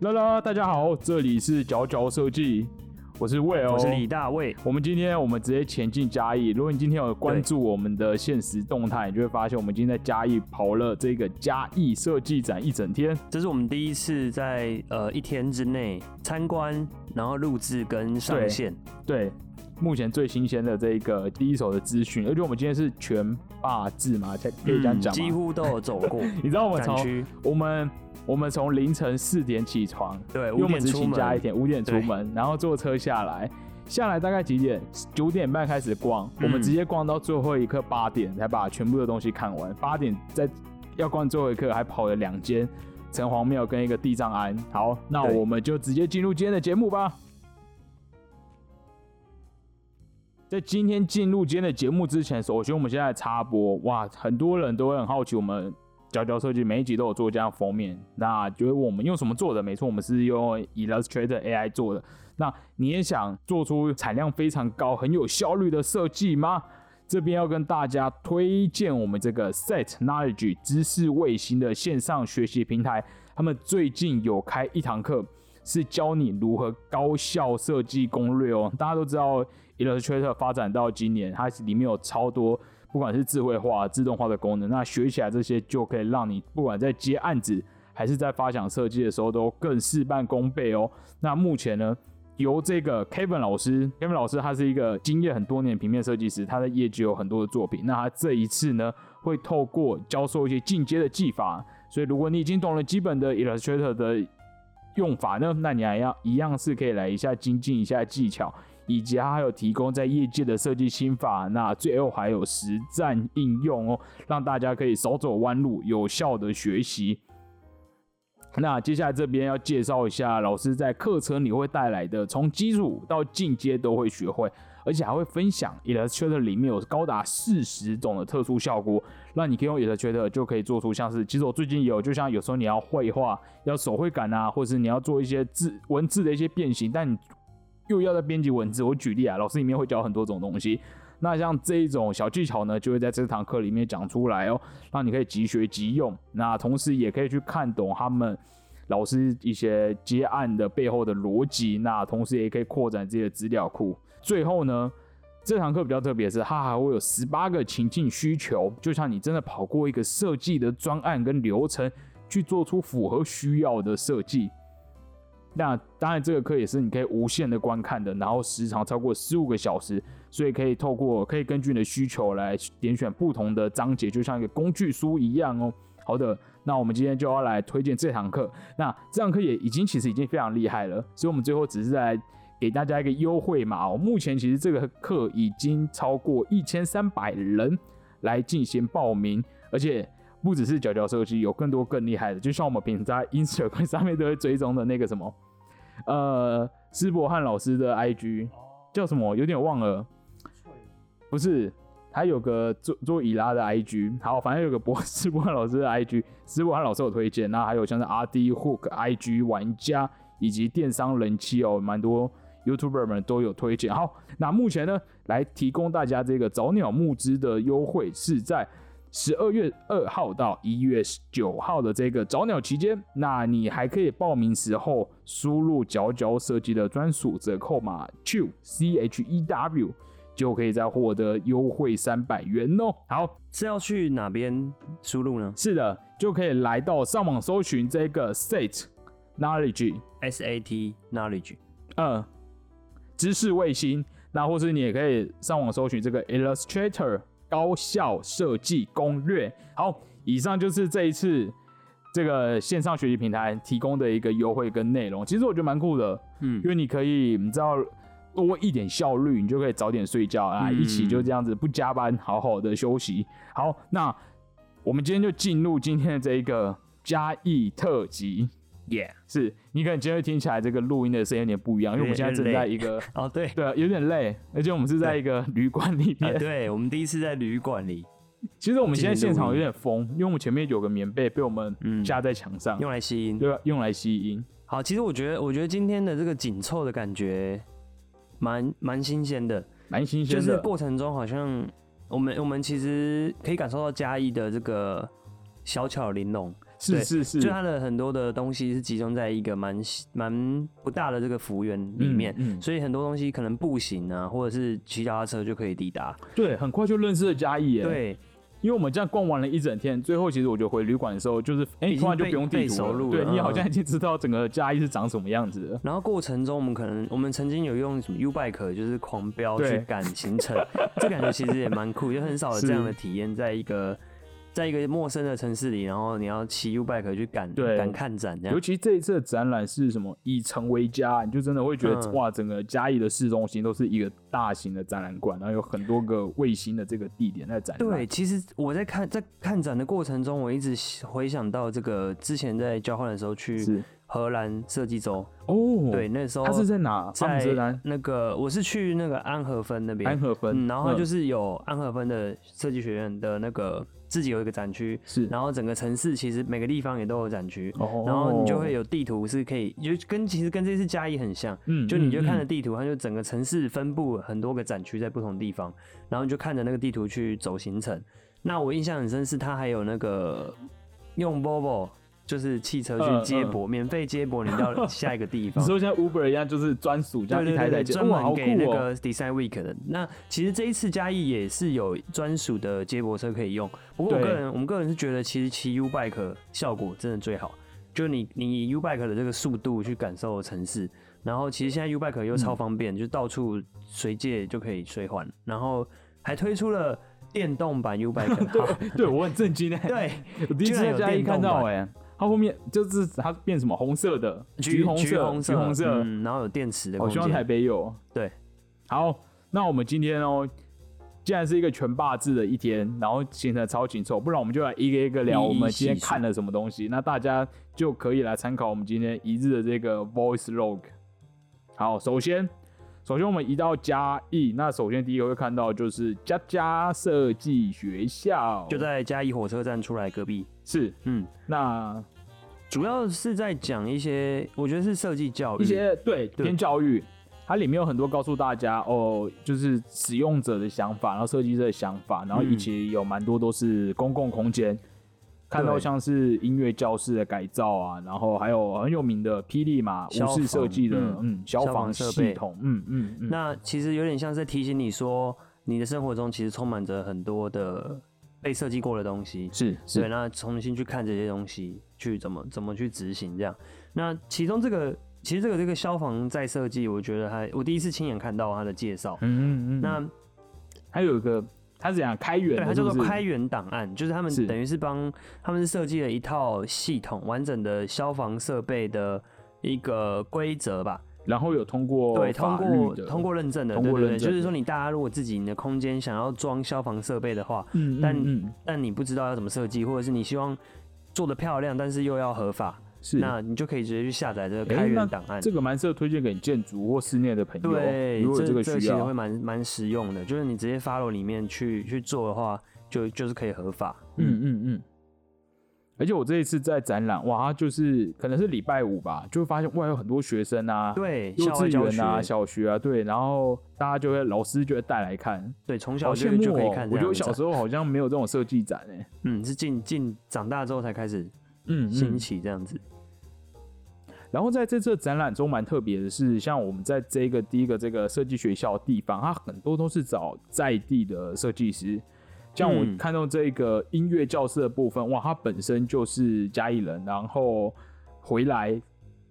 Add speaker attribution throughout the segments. Speaker 1: 啦啦，大家好，这里是佼佼设计，我是 Will，
Speaker 2: 我是李大卫。
Speaker 1: 我们今天我们直接前进嘉义。如果你今天有关注我们的现实动态，你就会发现我们今天在嘉义跑了这个嘉义设计展一整天。
Speaker 2: 这是我们第一次在呃一天之内参观，然后录制跟上线。
Speaker 1: 对，目前最新鲜的这个第一手的资讯，而且我们今天是全霸制嘛，才可以这样讲、
Speaker 2: 嗯、几乎都有走过。
Speaker 1: 你知 道我们
Speaker 2: 展
Speaker 1: 从
Speaker 2: 区
Speaker 1: 我们我们从凌晨四点起床，
Speaker 2: 对，
Speaker 1: 因为
Speaker 2: 五
Speaker 1: 我们
Speaker 2: 点
Speaker 1: 只
Speaker 2: 出
Speaker 1: 请假一
Speaker 2: 门，
Speaker 1: 天，五点出
Speaker 2: 对
Speaker 1: 门，然后坐车下来，下来大概几点？九点半开始逛，我们
Speaker 2: 嗯
Speaker 1: 直接逛到最后一刻八点，才把全部的东西看完。八点再要逛最后一刻，还跑了两间城隍庙跟一个地藏庵。好，那
Speaker 2: 对
Speaker 1: 我们就直接进入今天的节目吧。在今天进入今天的节目之前，首先我们现在插播，哇，很多人都会很好奇我们佼佼设计每一集都有做这样封面，那就是我们用什么做的？没错，我们是用 Illustrator AI 做的。那你也想做出产量非常高、很有效率的设计吗？这边要跟大家推荐我们这个 Set Knowledge 知识卫星的线上学习平台，他们最近有开一堂课，是教你如何高效设计攻略哦。大家都知道 Illustrator 发展到今年，它里面有超多不管是智慧化、自动化的功能，那学起来这些就可以让你不管在接案子还是在发想设计的时候都更事半功倍哦。那目前呢，由这个 Kevin 老师，Kevin 老师他是一个经验很多年的平面设计师，他的业绩有很多的作品。那他这一次呢，会透过教授一些进阶的技法，所以如果你已经懂了基本的 Illustrator 的用法呢，那你还要一样是可以来一下精进一下技巧，以及它还有提供在业界的设计心法，那最后还有实战应用哦，让大家可以少走弯路，有效的学习。那接下来这边要介绍一下老师在课程里会带来的，从基础到进阶都会学会，而且还会分享 Illustrator 里面有高达四十种的特殊效果，让你可以用 Illustrator 就可以做出像是，其实我最近有，就像有时候你要绘画，要手绘感啊，或是你要做一些字文字的一些变形，但你又要在编辑文字。我举例啊，老师里面会教很多种东西。那像这一种小技巧呢，就会在这堂课里面讲出来哦，让你可以即学即用。那同时也可以去看懂他们老师一些接案的背后的逻辑。那同时也可以扩展自己的资料库。最后呢，这堂课比较特别的是，它还会有十八个情境需求，就像你真的跑过一个设计的专案跟流程，去做出符合需要的设计。那当然，这个课也是你可以无限的观看的，然后时长超过十五个小时，所以可以透过可以根据你的需求来点选不同的章节，就像一个工具书一样哦。好的，那我们今天就要来推荐这堂课。那这堂课也已经其实已经非常厉害了，所以我们最后只是来给大家一个优惠码哦。目前其实这个课已经超过一千三百人来进行报名，而且不只是佼佼设计，有更多更厉害的，就像我们平时在 Instagram 上面都会追踪的那个什么，呃，施伯汉老师的 IG 叫什么，有点忘了，不是。他有个做做以拉的 IG，好，反正有个博施伯汉老师的 IG，施伯汉老师有推荐，那还有像是 RD Hook IG 玩家以及电商人气哦，蛮多 YouTuber 们都有推荐。好，那目前呢，来提供大家这个早鸟募资的优惠是在十二月二号到一月九号的这个早鸟期间，那你还可以报名时候输入“佼佼设计”的专属折扣码 “chew c h e w”，就可以再获得优惠三百元哦。好，
Speaker 2: 是要去哪边输入呢
Speaker 1: 是的，就可以来到上网搜寻这个 “set knowledge”，
Speaker 2: ？SAT Knowledge
Speaker 1: 嗯，知识卫星，那或是你也可以上网搜寻这个 Illustrator 高效设计攻略。好，以上就是这一次这个线上学习平台提供的一个优惠跟内容，其实我觉得蛮酷的，
Speaker 2: 嗯
Speaker 1: 因为你可以你知道多一点效率，你就可以早点睡觉啊，
Speaker 2: 嗯
Speaker 1: 一起就这样子不加班，好好的休息。好，那我们今天就进入今天的这一个嘉义特辑。
Speaker 2: Yeah，
Speaker 1: 是你可能今天会听起来这个录音的声音有点不一样，因为我们现在正在一个
Speaker 2: 哦对
Speaker 1: 对啊，有点累，而且我们是在一个旅馆里
Speaker 2: 啊
Speaker 1: 面。
Speaker 2: 对，我们第一次在旅馆里
Speaker 1: 其实我们现在现场
Speaker 2: 今天录
Speaker 1: 有点
Speaker 2: 音
Speaker 1: 疯，因为我们前面有个棉被被我们
Speaker 2: 嗯
Speaker 1: 架在墙上，
Speaker 2: 用来吸音。
Speaker 1: 对吧？用来吸音。
Speaker 2: 好，其实我觉得，我觉得今天的这个紧凑的感觉，蛮蛮新鲜的。
Speaker 1: 蛮新鲜
Speaker 2: 就
Speaker 1: 的，
Speaker 2: 是过程中好像我们我们其实可以感受到嘉义的这个小巧玲珑，
Speaker 1: 是
Speaker 2: 对
Speaker 1: 是是，
Speaker 2: 就它的很多的东西是集中在一个蛮蛮不大的这个幅员里面。
Speaker 1: 嗯，嗯
Speaker 2: 所以很多东西可能步行啊，或者是骑脚踏车就可以抵达。
Speaker 1: 对，很快就认识了嘉义耶。，
Speaker 2: 对，
Speaker 1: 因为我们这样逛完了一整天，最后其实我觉得回旅馆的时候，就是哎，
Speaker 2: 已
Speaker 1: 你
Speaker 2: 经
Speaker 1: 突然就
Speaker 2: 被
Speaker 1: 不用地
Speaker 2: 被
Speaker 1: 图
Speaker 2: 熟
Speaker 1: 了，
Speaker 2: 路
Speaker 1: 对
Speaker 2: 了
Speaker 1: 你
Speaker 2: 嗯
Speaker 1: 好像已经知道整个嘉义是长什么样子了。
Speaker 2: 然后过程中我们可能我们曾经有用什么 U bike 就是狂飙
Speaker 1: 对
Speaker 2: 去赶行 程，这感觉其实也蛮酷，就很少有
Speaker 1: 是
Speaker 2: 这样的体验，在一个在一个陌生的城市里，然后你要骑 U bike 去赶
Speaker 1: 对
Speaker 2: 赶看展这样
Speaker 1: 尤。其这一次的展览是什么以城为家，你就真的会觉得、
Speaker 2: 嗯
Speaker 1: 哇，整个嘉义的市中心都是一个大型的展览馆，然后有很多个卫星的这个地点在展览。
Speaker 2: 对，，其实我在看在看展的过程中，我一直回想到这个之前在交换的时候去
Speaker 1: 是
Speaker 2: 荷兰设计周，
Speaker 1: 哦，
Speaker 2: 对，，那时候
Speaker 1: 它是在哪？阿姆斯特
Speaker 2: 在
Speaker 1: 丹、
Speaker 2: 那个我是去那个安和芬那边，
Speaker 1: 安和芬，
Speaker 2: 嗯，然后
Speaker 1: 嗯
Speaker 2: 就是有安和芬的设计学院的那个自己有一个展区，
Speaker 1: 是，
Speaker 2: 然后整个城市其实每个地方也都有展区，
Speaker 1: 哦
Speaker 2: 然后你就会有地图是可以，就跟其实跟这次嘉义很像，
Speaker 1: 嗯，嗯，
Speaker 2: 就你就看着
Speaker 1: 嗯
Speaker 2: 地图，它就整个城市分布很多个展区在不同地方，然后你就看着那个地图去走行程。那我印象很深是它还有那个用 Volvo 就是汽车
Speaker 1: 嗯
Speaker 2: 去接驳，免费接驳你到下一个地方
Speaker 1: 你。说像 Uber 一样，就是专属这样
Speaker 2: 对
Speaker 1: 一
Speaker 2: 对
Speaker 1: 台
Speaker 2: 对
Speaker 1: 一台
Speaker 2: 对，
Speaker 1: 接，
Speaker 2: 专
Speaker 1: 哇，好
Speaker 2: 门
Speaker 1: 酷
Speaker 2: 给那
Speaker 1: 哦！
Speaker 2: 个 Design Week 的。那其实这一次嘉义也是有专属的接驳车可以用，不过我
Speaker 1: 对
Speaker 2: 个人我们个人是觉得，其实骑 U Bike 效果真的最好，就你你以 U Bike 的这个速度去感受城市，然后其实现在 U Bike 又超
Speaker 1: 嗯
Speaker 2: 方便，就到处随借就可以随还，然后还推出了电动版 U Bike，好
Speaker 1: 对我很震惊哎，
Speaker 2: 对，
Speaker 1: 我第一次
Speaker 2: 居然
Speaker 1: 在
Speaker 2: 有
Speaker 1: 嘉义
Speaker 2: 电动
Speaker 1: 看到
Speaker 2: 版
Speaker 1: 哎，它后面就是它变什么红色的，
Speaker 2: 橘
Speaker 1: 红
Speaker 2: 橘
Speaker 1: 色，
Speaker 2: 红
Speaker 1: 橘红色，
Speaker 2: 嗯，然后有电池的
Speaker 1: 我
Speaker 2: 空
Speaker 1: 哦希望台
Speaker 2: 间，
Speaker 1: 北有。
Speaker 2: 对，
Speaker 1: 好，那我们今天哦，既然是一个全霸制的一天，然后行程超紧凑，不然我们就来一个一个聊
Speaker 2: 一一
Speaker 1: 我们今天
Speaker 2: 细数
Speaker 1: 看了什么东西。那大家就可以来参考我们今天一日的这个 Voice Log。好，首先，首先我们移到嘉义，那首先第一个会看到就是嘉嘉设计学校，
Speaker 2: 就在嘉义火车站出来隔壁，
Speaker 1: 是
Speaker 2: 嗯。
Speaker 1: 那
Speaker 2: 主要是在讲一些，我觉得是设计教育
Speaker 1: 一些对
Speaker 2: 对
Speaker 1: 偏教育，它里面有很多告诉大家哦，就是使用者的想法，然后设计者的想法，然后
Speaker 2: 嗯
Speaker 1: 以及有蛮多都是公共空间，看到
Speaker 2: 对
Speaker 1: 像是音乐教室的改造啊，然后还有很有名的霹雳嘛
Speaker 2: 消
Speaker 1: 武士设计的
Speaker 2: 防
Speaker 1: 嗯消
Speaker 2: 消
Speaker 1: 防
Speaker 2: 防设
Speaker 1: 系
Speaker 2: 备
Speaker 1: 统，嗯嗯嗯，
Speaker 2: 那其实有点像是在提醒你说，你的生活中其实充满着很多的被设计过的东西。
Speaker 1: 是
Speaker 2: 对，
Speaker 1: 是
Speaker 2: 那重新去看这些东西，去怎么怎么去执行这样。那其中这个，其实这个这个消防再设计，我觉得还我第一次亲眼看到它的介绍。
Speaker 1: 嗯嗯嗯，
Speaker 2: 那
Speaker 1: 还有一个它是讲开源
Speaker 2: 对，
Speaker 1: 的，
Speaker 2: 它
Speaker 1: 是
Speaker 2: 叫
Speaker 1: 不
Speaker 2: 做
Speaker 1: 是
Speaker 2: 开源档案，就是他们
Speaker 1: 是
Speaker 2: 等于是帮他们是设计了一套系统，完整的消防设备的一个规则吧。
Speaker 1: 然后有通过
Speaker 2: 对，通
Speaker 1: 哦法律
Speaker 2: 过
Speaker 1: 的
Speaker 2: 通过认证的，
Speaker 1: 通
Speaker 2: 对
Speaker 1: 过
Speaker 2: 对
Speaker 1: 认
Speaker 2: 对，
Speaker 1: 证
Speaker 2: 就是
Speaker 1: 的
Speaker 2: 说你大家如果自己你的空间想要装消防设备的话，
Speaker 1: 嗯嗯
Speaker 2: 但
Speaker 1: 嗯
Speaker 2: 但你不知道要怎么设计，或者是你希望做的漂亮，但是又要合法，
Speaker 1: 是
Speaker 2: 那你就可以直接去下载这个
Speaker 1: 诶
Speaker 2: 开
Speaker 1: 那
Speaker 2: 源档案。
Speaker 1: 这个蛮适合推荐给你建筑或室内的朋友，
Speaker 2: 对，
Speaker 1: 如果有
Speaker 2: 这
Speaker 1: 个
Speaker 2: 其
Speaker 1: 需
Speaker 2: 实
Speaker 1: 要
Speaker 2: 会。蛮蛮实用的，就是你直接 follow 里面去去做的话，就就是可以合法。
Speaker 1: 嗯嗯嗯。而且我这一次在展览，哇，它就是可能是礼拜五吧，就会发现哇，有很多学生啊，
Speaker 2: 对，
Speaker 1: 幼
Speaker 2: 校外教
Speaker 1: 稚园啊、
Speaker 2: 学，
Speaker 1: 小学啊，对，然后大家就会老师就会带来看，
Speaker 2: 对，从
Speaker 1: 好
Speaker 2: 小
Speaker 1: 羡
Speaker 2: 就就
Speaker 1: 慕
Speaker 2: 可以
Speaker 1: 哦、
Speaker 2: 看这
Speaker 1: 我觉得
Speaker 2: 样的
Speaker 1: 我
Speaker 2: 展。
Speaker 1: 小时候好像没有这种设计展欸诶、
Speaker 2: 嗯，是近近长大之后才开始
Speaker 1: 嗯
Speaker 2: 兴
Speaker 1: 嗯。
Speaker 2: 起这样子。
Speaker 1: 然后在这次的展览中蛮特别的是，像我们在这个第一个这个设计学校的地方，它很多都是找在地的设计师。像我
Speaker 2: 嗯
Speaker 1: 看到这个音乐教室的部分，哇，他本身就是嘉义人，然后回来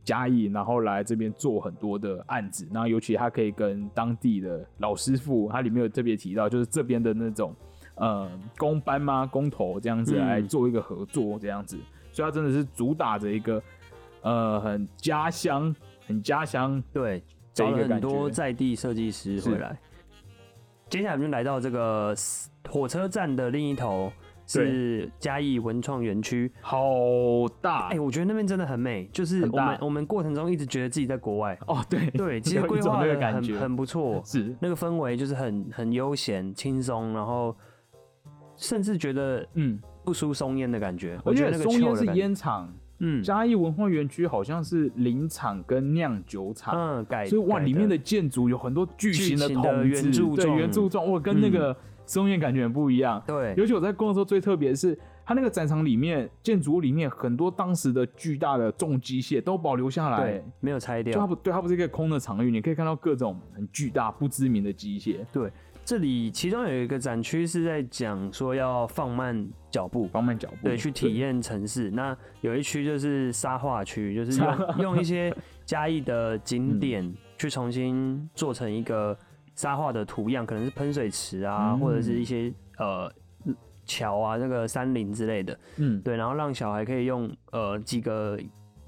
Speaker 1: 嘉义，然后来这边做很多的案子。那尤其他可以跟当地的老师傅，他里面有特别提到，就是这边的那种呃工班吗、工头这样子
Speaker 2: 嗯
Speaker 1: 来做一个合作，这样子。所以他真的是主打着一个呃很家乡、很家乡
Speaker 2: 对，
Speaker 1: 这一
Speaker 2: 找了
Speaker 1: 个
Speaker 2: 很
Speaker 1: 感
Speaker 2: 多
Speaker 1: 觉。
Speaker 2: 在地设计师
Speaker 1: 是
Speaker 2: 回来。接下来我们就来到这个火车站的另一头，是嘉义文创园区。
Speaker 1: 好大、
Speaker 2: 哎、我觉得那边真的很美，就是
Speaker 1: 很
Speaker 2: 我
Speaker 1: 大。
Speaker 2: 们我们过程中一直觉得自己在国外
Speaker 1: 哦，对
Speaker 2: 对，其
Speaker 1: 有
Speaker 2: 实
Speaker 1: 一
Speaker 2: 规
Speaker 1: 种
Speaker 2: 划
Speaker 1: 那
Speaker 2: 的
Speaker 1: 个感
Speaker 2: 很
Speaker 1: 觉
Speaker 2: 很 不嗯错，
Speaker 1: 是
Speaker 2: 那个氛围就是很很悠闲、轻松，然后甚至觉得
Speaker 1: 嗯，
Speaker 2: 不输松烟的感觉。
Speaker 1: 而
Speaker 2: 我觉
Speaker 1: 且
Speaker 2: 得那个
Speaker 1: 松烟
Speaker 2: chill 的
Speaker 1: 是
Speaker 2: 感觉，
Speaker 1: 烟厂，
Speaker 2: 嗯
Speaker 1: 嘉义文化园区好像是林场跟酿酒厂。
Speaker 2: 嗯，改
Speaker 1: 所以哇，
Speaker 2: 改
Speaker 1: 里面的建筑有很多巨型的
Speaker 2: 巨型
Speaker 1: 筒
Speaker 2: 的
Speaker 1: 子，
Speaker 2: 圆柱
Speaker 1: 对
Speaker 2: 状嗯
Speaker 1: 圆柱状，哇，跟那个松烟感觉很不一样。
Speaker 2: 对
Speaker 1: 尤其我在逛的时候，最特别的是它那个展场里面，建筑物里面很多当时的巨大的重机械都保留下来
Speaker 2: 对，，啊没有拆
Speaker 1: 就它
Speaker 2: 掉。
Speaker 1: 不对，它不是一个空的场域，你可以看到各种很巨大不知名的机械，
Speaker 2: 这里其中有一个展区是在讲说要放慢脚步，
Speaker 1: 放慢脚步，
Speaker 2: 对，去体验城市。那有一区就是沙画区，就是用用一些嘉义的景点去重新做成一个沙画的图样，可能是喷水池啊，
Speaker 1: 嗯
Speaker 2: 或者是一些呃桥啊、那个山林之类的。
Speaker 1: 嗯，
Speaker 2: 对，然后让小孩可以用呃几个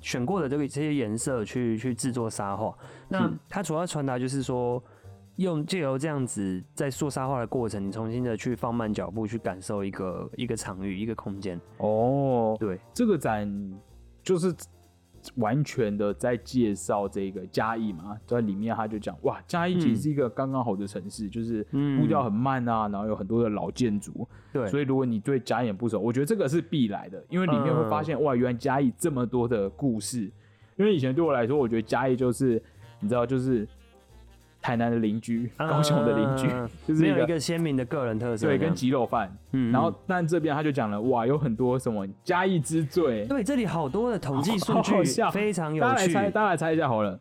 Speaker 2: 选过的这个这些颜色去去制作沙画。那
Speaker 1: 是
Speaker 2: 它主要传达就是说，用借由这样子在做沙画的过程，你重新的去放慢脚步，去感受一个一个场域、一个空间。
Speaker 1: 哦，
Speaker 2: 对，
Speaker 1: 这个展就是完全的在介绍这个嘉义嘛，在里面他就讲哇，嘉义其实是一个刚刚好的城市，就是
Speaker 2: 嗯
Speaker 1: 步调很慢啊，然后有很多的老建筑，
Speaker 2: 对，
Speaker 1: 所以如果你对嘉义很不熟，我觉得这个是必来的，因为里面会发
Speaker 2: 嗯
Speaker 1: 现、哇，原来嘉义这么多的故事。因为以前对我来说，我觉得嘉义就是你知道，就是台南的邻居、
Speaker 2: 啊
Speaker 1: 高雄的邻居，
Speaker 2: 嗯
Speaker 1: 就是
Speaker 2: 呃没
Speaker 1: 一
Speaker 2: 有一
Speaker 1: 个
Speaker 2: 个鲜明的个人特色这
Speaker 1: 对
Speaker 2: 样。
Speaker 1: 跟鸡肉饭。
Speaker 2: 嗯
Speaker 1: 然后
Speaker 2: 嗯
Speaker 1: 但这边他就讲了哇，有很多什么嘉义之最，
Speaker 2: 对这里好多的统计数
Speaker 1: 好
Speaker 2: 据
Speaker 1: 好笑
Speaker 2: 非常有
Speaker 1: 大家来
Speaker 2: 趣。
Speaker 1: 猜，大家来猜一下好了，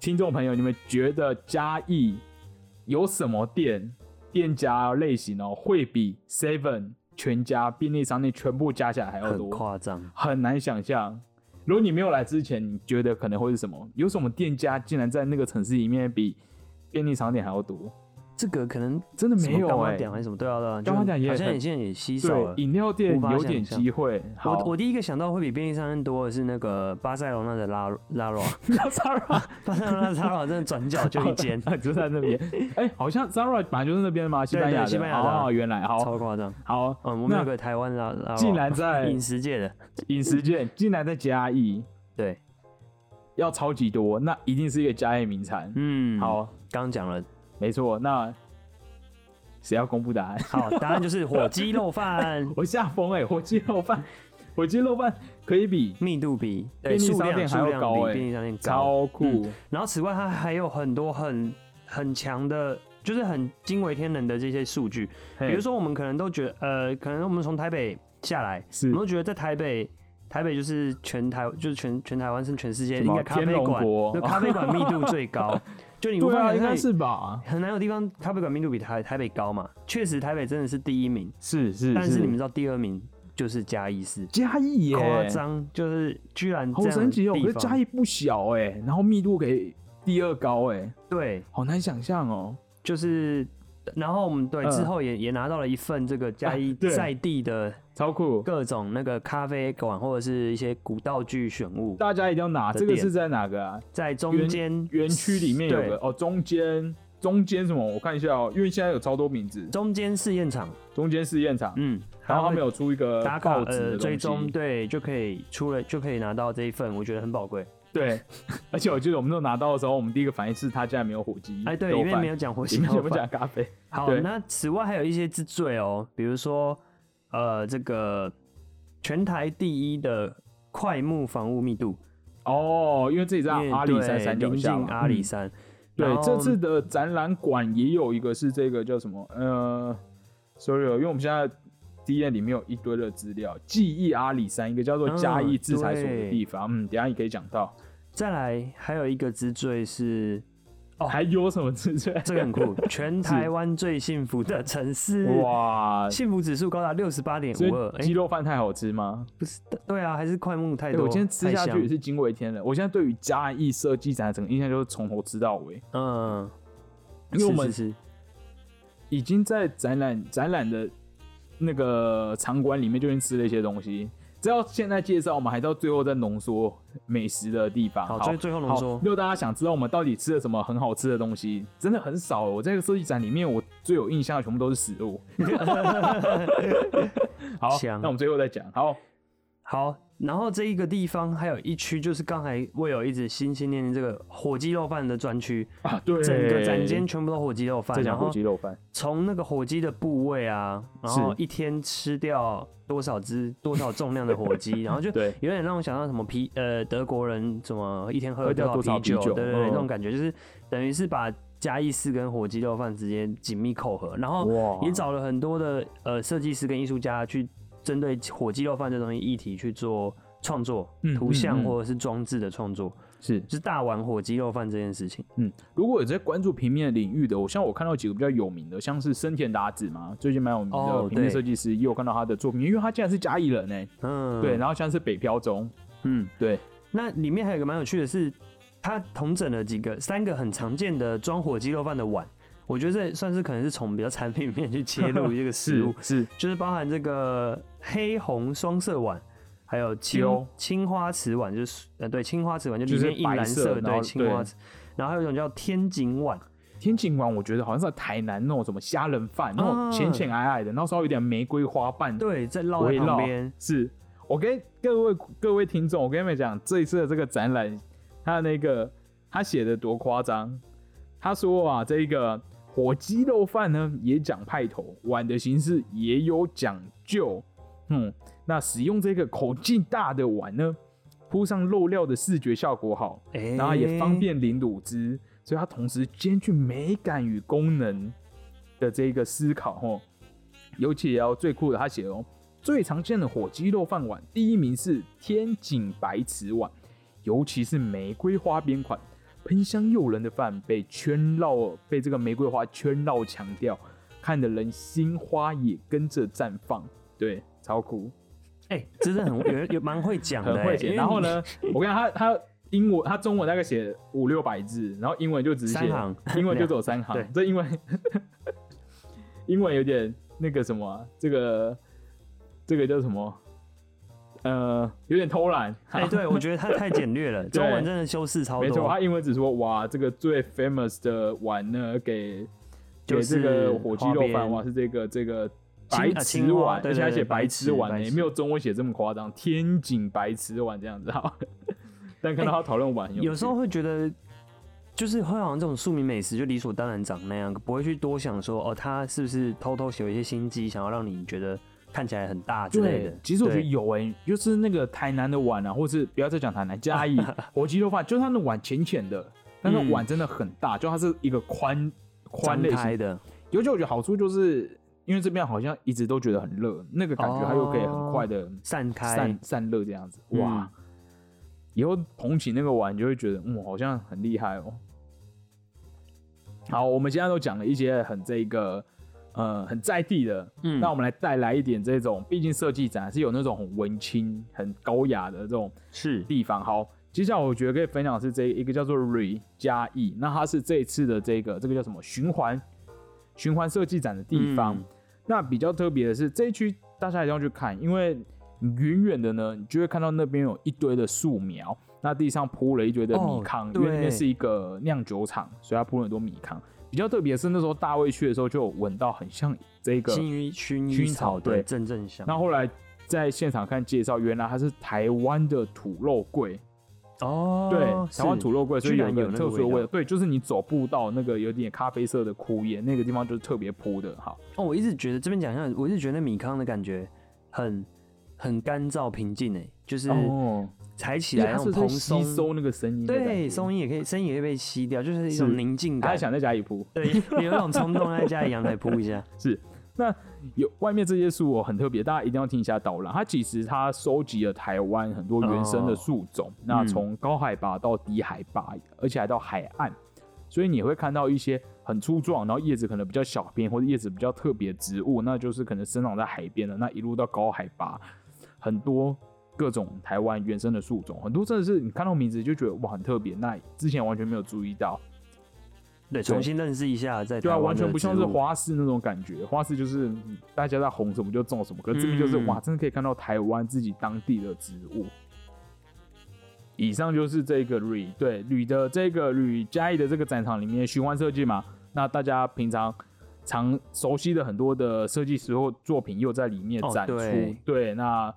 Speaker 1: 听众朋友，你们觉得嘉义有什么店店家类型哦，会比 Seven、全家、便利商店全部加起来还要
Speaker 2: 很
Speaker 1: 多？
Speaker 2: 夸张，
Speaker 1: 很难想象。如果你没有来之前，你觉得可能会是什么？有什么店家竟然在那个城市里面比便利商店还要多？
Speaker 2: 这个可能
Speaker 1: 真的
Speaker 2: 什
Speaker 1: 没
Speaker 2: 么
Speaker 1: 有
Speaker 2: 干妈
Speaker 1: 哎、
Speaker 2: 点还是什么，对啊，对啊，
Speaker 1: 干妈
Speaker 2: 就
Speaker 1: 点也
Speaker 2: 好像
Speaker 1: 很
Speaker 2: 也现在也稀少了
Speaker 1: 对，。饮料店
Speaker 2: 无法
Speaker 1: 有点
Speaker 2: 想象
Speaker 1: 机会。好，
Speaker 2: 我我第一个想到会比便利商店多的是那个巴塞罗那的拉拉罗，
Speaker 1: 那 Zara，
Speaker 2: 巴塞罗那的拉罗真的转角就一间
Speaker 1: 就在那 边。哎、好像 Zara 本来就是那边吗？西班牙的。
Speaker 2: 对西班牙的啊
Speaker 1: 哦，原来 好
Speaker 2: 超夸张。
Speaker 1: 好，
Speaker 2: 嗯，我们
Speaker 1: 那
Speaker 2: 有个台湾拉拉
Speaker 1: 竟
Speaker 2: 罗，
Speaker 1: 然在
Speaker 2: 饮食界的，
Speaker 1: 饮食界，竟然在嘉义，
Speaker 2: 对，
Speaker 1: 要超级多，那一定是一个嘉义名产。
Speaker 2: 嗯，，
Speaker 1: 好，
Speaker 2: 刚讲了，
Speaker 1: 没错，那谁要公布答案？ ，
Speaker 2: 好，答案就是火鸡肉饭
Speaker 1: 我吓疯哎，火鸡肉饭， 火鸡肉饭可以比
Speaker 2: 密度比
Speaker 1: 便
Speaker 2: 对
Speaker 1: 利
Speaker 2: 数
Speaker 1: 商
Speaker 2: 量
Speaker 1: 店还
Speaker 2: 数
Speaker 1: 要
Speaker 2: 量
Speaker 1: 高
Speaker 2: 比
Speaker 1: 欸
Speaker 2: 便利商店高，
Speaker 1: 超酷，
Speaker 2: 然后此外它还有很多很很强的，就是很惊为天人的这些数据，
Speaker 1: 嘿
Speaker 2: 比如说我们可能都觉得，呃，可能我们从台北下来，我
Speaker 1: 是
Speaker 2: 们都觉得在台北，台北就是全台就是全全台湾甚至全世界
Speaker 1: 什么
Speaker 2: 应该咖啡
Speaker 1: 天龙
Speaker 2: 馆
Speaker 1: 国，
Speaker 2: 那咖啡馆密度最 高。就你
Speaker 1: 对
Speaker 2: 无法
Speaker 1: 啊，
Speaker 2: 想
Speaker 1: 应该
Speaker 2: 象，
Speaker 1: 是吧？
Speaker 2: 很难有地方咖啡馆密度比台台北高嘛。确实，台北真的是第一名，
Speaker 1: 是是，
Speaker 2: 但是你们知道第二名就是嘉义市，
Speaker 1: 嘉义耶，
Speaker 2: 夸张，就是居然
Speaker 1: 好神奇哦！可
Speaker 2: 我
Speaker 1: 是嘉义不小哎，然后密度给第二高哎，
Speaker 2: 对，
Speaker 1: 好难想象哦。
Speaker 2: 就是。然后我们对
Speaker 1: 嗯
Speaker 2: 之后也也拿到了一份这个嘉义
Speaker 1: 啊 对
Speaker 2: 在地的
Speaker 1: 超酷！
Speaker 2: 各种那个咖啡馆或者是一些古道具选物，
Speaker 1: 大家一定要拿
Speaker 2: 的
Speaker 1: 这个
Speaker 2: 店
Speaker 1: 是在哪个啊？
Speaker 2: 在中间
Speaker 1: 园区里面有
Speaker 2: 对
Speaker 1: 个哦，中间中间什么？我看一下哦，因为现在有超多名字，
Speaker 2: 中间试验场，
Speaker 1: 中间试验场，
Speaker 2: 嗯，
Speaker 1: 然后他
Speaker 2: 会
Speaker 1: 们有出一个
Speaker 2: 打卡
Speaker 1: 报纸
Speaker 2: 呃
Speaker 1: 的
Speaker 2: 追
Speaker 1: 东
Speaker 2: 踪，
Speaker 1: 西，
Speaker 2: 对，就可以出了就可以拿到这一份，我觉得很宝贵。
Speaker 1: 对， 而且我记得我们那时候拿到的时候，我们第一个反应是他竟然没有火鸡，
Speaker 2: 哎，对，里面没有讲火
Speaker 1: 里
Speaker 2: 星
Speaker 1: 面
Speaker 2: 肉
Speaker 1: 全部
Speaker 2: 饭。
Speaker 1: 讲咖 啡，
Speaker 2: 好，
Speaker 1: 对
Speaker 2: 那此外还有一些之最哦，比如说呃，这个全台第一的快木房屋密度，
Speaker 1: 哦，因为这里在
Speaker 2: 因为
Speaker 1: 阿里山
Speaker 2: 对
Speaker 1: 山脚
Speaker 2: 临
Speaker 1: 下
Speaker 2: 近
Speaker 1: 嘛，
Speaker 2: 阿里
Speaker 1: 嗯
Speaker 2: 山。然
Speaker 1: 对，
Speaker 2: 后
Speaker 1: 这次的展览馆也有一个是这个叫什么？呃，sorry，哦因为我们现在 D N 里面有一堆的资料，记忆阿里山一个叫做嘉义制裁所的地方，嗯，等一下也可以讲到。
Speaker 2: 再来还有一个之最是哦
Speaker 1: 还有什么之最？
Speaker 2: 这个 很酷，全台湾最幸福的城市，
Speaker 1: 哇！
Speaker 2: 幸福指数高达六十八点
Speaker 1: 所
Speaker 2: 五二。
Speaker 1: 以鸡肉饭太好吃吗？
Speaker 2: 不是，对啊，还是快木太
Speaker 1: 哎，
Speaker 2: 多。
Speaker 1: 我今天吃
Speaker 2: 太
Speaker 1: 下
Speaker 2: 香
Speaker 1: 去也是惊为天人。我现在对于嘉义设计展的整个印象就是从头吃到尾，
Speaker 2: 嗯，
Speaker 1: 因为我们
Speaker 2: 是是是
Speaker 1: 已经在展览展览的那个场馆里面就已经吃了一些东西。只要现在介绍，我们还到最后再浓缩美食的地方。
Speaker 2: 好，最最后浓
Speaker 1: 好
Speaker 2: 缩
Speaker 1: 如，果大家想知道我们到底吃了什么很好吃的东西，真的很少。哦我在这个设计展里面，我最有印象的全部都是食 物。 好，
Speaker 2: 香
Speaker 1: 那我们最后再讲。好，
Speaker 2: 好。然后这一个地方还有一区，就是刚才我有一直心心念念这个火鸡肉饭的专区，
Speaker 1: 啊，对，
Speaker 2: 整个展间全部都火鸡肉饭，
Speaker 1: 在
Speaker 2: 然
Speaker 1: 讲火
Speaker 2: 后
Speaker 1: 鸡肉饭，
Speaker 2: 从那个火鸡的部位啊，然后一天吃掉多少只多少重量的 火鸡，然后就
Speaker 1: 对，
Speaker 2: 有点让我想到什么啤呃德国人怎么一天喝
Speaker 1: 喝掉
Speaker 2: 多
Speaker 1: 多少
Speaker 2: 少啤酒，
Speaker 1: 啤酒
Speaker 2: 对对对，
Speaker 1: 嗯
Speaker 2: 那种感觉就是等于是把嘉义市跟火鸡肉饭直接紧密扣合，然后
Speaker 1: 哇
Speaker 2: 也找了很多的呃设计师跟艺术家去针对火鸡肉饭这东西议题去做创作
Speaker 1: 嗯、
Speaker 2: 图像
Speaker 1: 嗯嗯
Speaker 2: 或者是装置的创作，
Speaker 1: 是，
Speaker 2: 就是大玩火鸡肉饭这件事情。
Speaker 1: 嗯，如果有在关注平面领域的，我像我看到几个比较有名的，像是森田达子嘛，最近蛮有名的
Speaker 2: 哦
Speaker 1: 平面
Speaker 2: 对
Speaker 1: 设计师，也有看到他的作品，因为他竟然是嘉义人呢、
Speaker 2: 嗯，
Speaker 1: 对，，然后像是北漂中，
Speaker 2: 嗯，
Speaker 1: 对，
Speaker 2: 那里面还有一个蛮有趣的是，它同整了几个三个很常见的装火鸡肉饭的碗，我觉得这算是可能是从比较产品面去切 入这个食物，
Speaker 1: 是
Speaker 2: 就是包含这个黑红双色碗。还有
Speaker 1: 有
Speaker 2: 青青花瓷碗，就是呃对青花瓷碗，就
Speaker 1: 就
Speaker 2: 里
Speaker 1: 是
Speaker 2: 面印
Speaker 1: 白
Speaker 2: 蓝
Speaker 1: 色然后
Speaker 2: 对青花
Speaker 1: 对
Speaker 2: 瓷，然后还有一种叫天井碗，
Speaker 1: 天井馆，我觉得好像是在台南那种什么虾仁饭，那种
Speaker 2: 啊
Speaker 1: 浅浅矮矮的，然后稍微有点玫瑰花瓣，
Speaker 2: 对，在
Speaker 1: 我
Speaker 2: 烙
Speaker 1: 也
Speaker 2: 在旁
Speaker 1: 绕
Speaker 2: 边，
Speaker 1: 是我跟各位各位听众，我跟你们讲，这一次的这个展览，他那个他写的多夸张。他说啊，这个火鸡肉饭呢也讲派头，碗的形式也有讲究。嗯，那使用这个口径大的碗呢，铺上肉料的视觉效果好，
Speaker 2: 哎
Speaker 1: 然后也方便淋卤汁，所以它同时兼具美感与功能的这个思考哦。尤其也要最酷的，他写哦，最常见的火鸡肉饭碗，第一名是天井白瓷碗，尤其是玫瑰花边款，喷香诱人的饭被圈绕，被这个玫瑰花圈绕强调，看的人心花也跟着绽放，对，超酷。
Speaker 2: 哎、真的很有有蛮会讲的、
Speaker 1: 很
Speaker 2: 欸，
Speaker 1: 会
Speaker 2: 因
Speaker 1: 写。
Speaker 2: 为
Speaker 1: 然后
Speaker 2: 你
Speaker 1: 呢，我跟你讲他他英文他中文大概写五六百字，然后英文就只写
Speaker 2: 三行
Speaker 1: 英文就 只有三
Speaker 2: 对
Speaker 1: 行。这英文英文有点那个什么啊、这个这个叫什么？呃，有点偷懒。
Speaker 2: 哎、对，我觉得它太简略了，中文真的修饰超多。
Speaker 1: 没错，他英文只说哇，这个最 famous 的碗呢，给
Speaker 2: 就
Speaker 1: 给这个
Speaker 2: 是
Speaker 1: 火鸡
Speaker 2: 花
Speaker 1: 肉饭
Speaker 2: 边
Speaker 1: 哇，是这个这个
Speaker 2: 青
Speaker 1: 白
Speaker 2: 啊
Speaker 1: 瓷
Speaker 2: 青花
Speaker 1: 碗，
Speaker 2: 对
Speaker 1: 而且
Speaker 2: 对
Speaker 1: 还
Speaker 2: 对
Speaker 1: 写
Speaker 2: 白
Speaker 1: 白
Speaker 2: 瓷
Speaker 1: 瓷碗
Speaker 2: 白
Speaker 1: 呢，
Speaker 2: 瓷
Speaker 1: 没有中文写这么夸张，天井白瓷碗这样子哈。 但看到他讨论碗很趣，
Speaker 2: 有时候会觉得，就是会好像这种庶民美食就理所当然长那样，不会去多想说哦，它是不是偷偷写了一些心机，想要让你觉得看起来很大之类的
Speaker 1: 对。，其实我觉得
Speaker 2: 对
Speaker 1: 有诶、就是那个台南的碗啊，或是不要再讲台南，嘉 义火鸡肉饭，就是它的碗浅浅的，但是
Speaker 2: 嗯
Speaker 1: 碗真的很大，就它是一个宽宽
Speaker 2: 张
Speaker 1: 类型
Speaker 2: 开的，
Speaker 1: 尤其我觉得好处就是，因为这边好像一直都觉得很热，那个感觉它又可以很快的
Speaker 2: 散开，
Speaker 1: 散、散热这样子，哇！以后捧起那个碗，你就会觉得，嗯，好像很厉害哦。好，我们现在都讲了一些很这个，呃，很在地的，
Speaker 2: 嗯
Speaker 1: 那我们来带来一点这种，毕竟设计展是有那种很文青、很高雅的这种
Speaker 2: 是
Speaker 1: 地方。好，接下来我觉得可以分享的是这一个叫做蕊嘉义，那它是这一次的这个这个叫什么循环循环设计展的地方。
Speaker 2: 嗯
Speaker 1: 那比较特别的是这一区大家一定要去看，因为你远远的呢，你就会看到那边有一堆的树苗，那地上铺了一堆的米
Speaker 2: 哦
Speaker 1: 糠，因
Speaker 2: 对
Speaker 1: 为那边是一个酿酒厂，所以它铺了很多米糠。比较特别的是那时候大卫去的时候就有闻到很像这个
Speaker 2: 薰衣薰
Speaker 1: 薰衣
Speaker 2: 衣
Speaker 1: 草
Speaker 2: 草
Speaker 1: 对
Speaker 2: 的阵阵香。
Speaker 1: 那后来在现场看介绍，原来它是台湾的土肉桂，
Speaker 2: 哦，
Speaker 1: 对，台湾
Speaker 2: 是
Speaker 1: 土肉桂，所以有一
Speaker 2: 居然
Speaker 1: 个
Speaker 2: 有那个
Speaker 1: 特殊的
Speaker 2: 味道
Speaker 1: 味道。对，就是你走步道那个有点咖啡色的枯叶，那个地方就是特别铺的。好，
Speaker 2: 哦，我一直觉得这边讲一下，我一直觉得那米糠的感觉很很干燥平静诶，就是
Speaker 1: 哦，
Speaker 2: 踩起
Speaker 1: 因为
Speaker 2: 来
Speaker 1: 它
Speaker 2: 那
Speaker 1: 是
Speaker 2: 种
Speaker 1: 在
Speaker 2: 蓬
Speaker 1: 吸
Speaker 2: 松，
Speaker 1: 收那个声音的感觉，
Speaker 2: 对，声音也可以，声音也会被吸掉，就是一
Speaker 1: 是
Speaker 2: 种宁静
Speaker 1: 他还
Speaker 2: 感。
Speaker 1: 想在家里铺。
Speaker 2: 对，有一种冲动在家里阳台铺一下。
Speaker 1: 有外面这些树哦，很特别，大家一定要听一下导览。它其实它收集了台湾很多原生的树种，那从高海拔到低海拔，而且还到海岸，所以你会看到一些很粗壮，然后叶子可能比较小片或者叶子比较特别的植物，那就是可能生长在海边的，那一路到高海拔，很多各种台湾原生的树种，很多真的是你看到名字就觉得哇很特别，那之前完全没有注意到。
Speaker 2: 对，重新认识一下在
Speaker 1: 对
Speaker 2: 台
Speaker 1: 啊，
Speaker 2: 湾
Speaker 1: 完全
Speaker 2: 的
Speaker 1: 不像
Speaker 2: 植
Speaker 1: 是
Speaker 2: 物
Speaker 1: 花市那种感觉。花市就是嗯大家在红什么就种什么，可是这边就是、
Speaker 2: 嗯
Speaker 1: 哇，真的可以看到台湾自己当地的植物。以上就是这个铝对铝的这个铝嘉义的这个展场里面循环设计嘛，那大家平常常熟悉的很多的设计师或作品又在里面
Speaker 2: 哦
Speaker 1: 展出。
Speaker 2: 对
Speaker 1: 对，那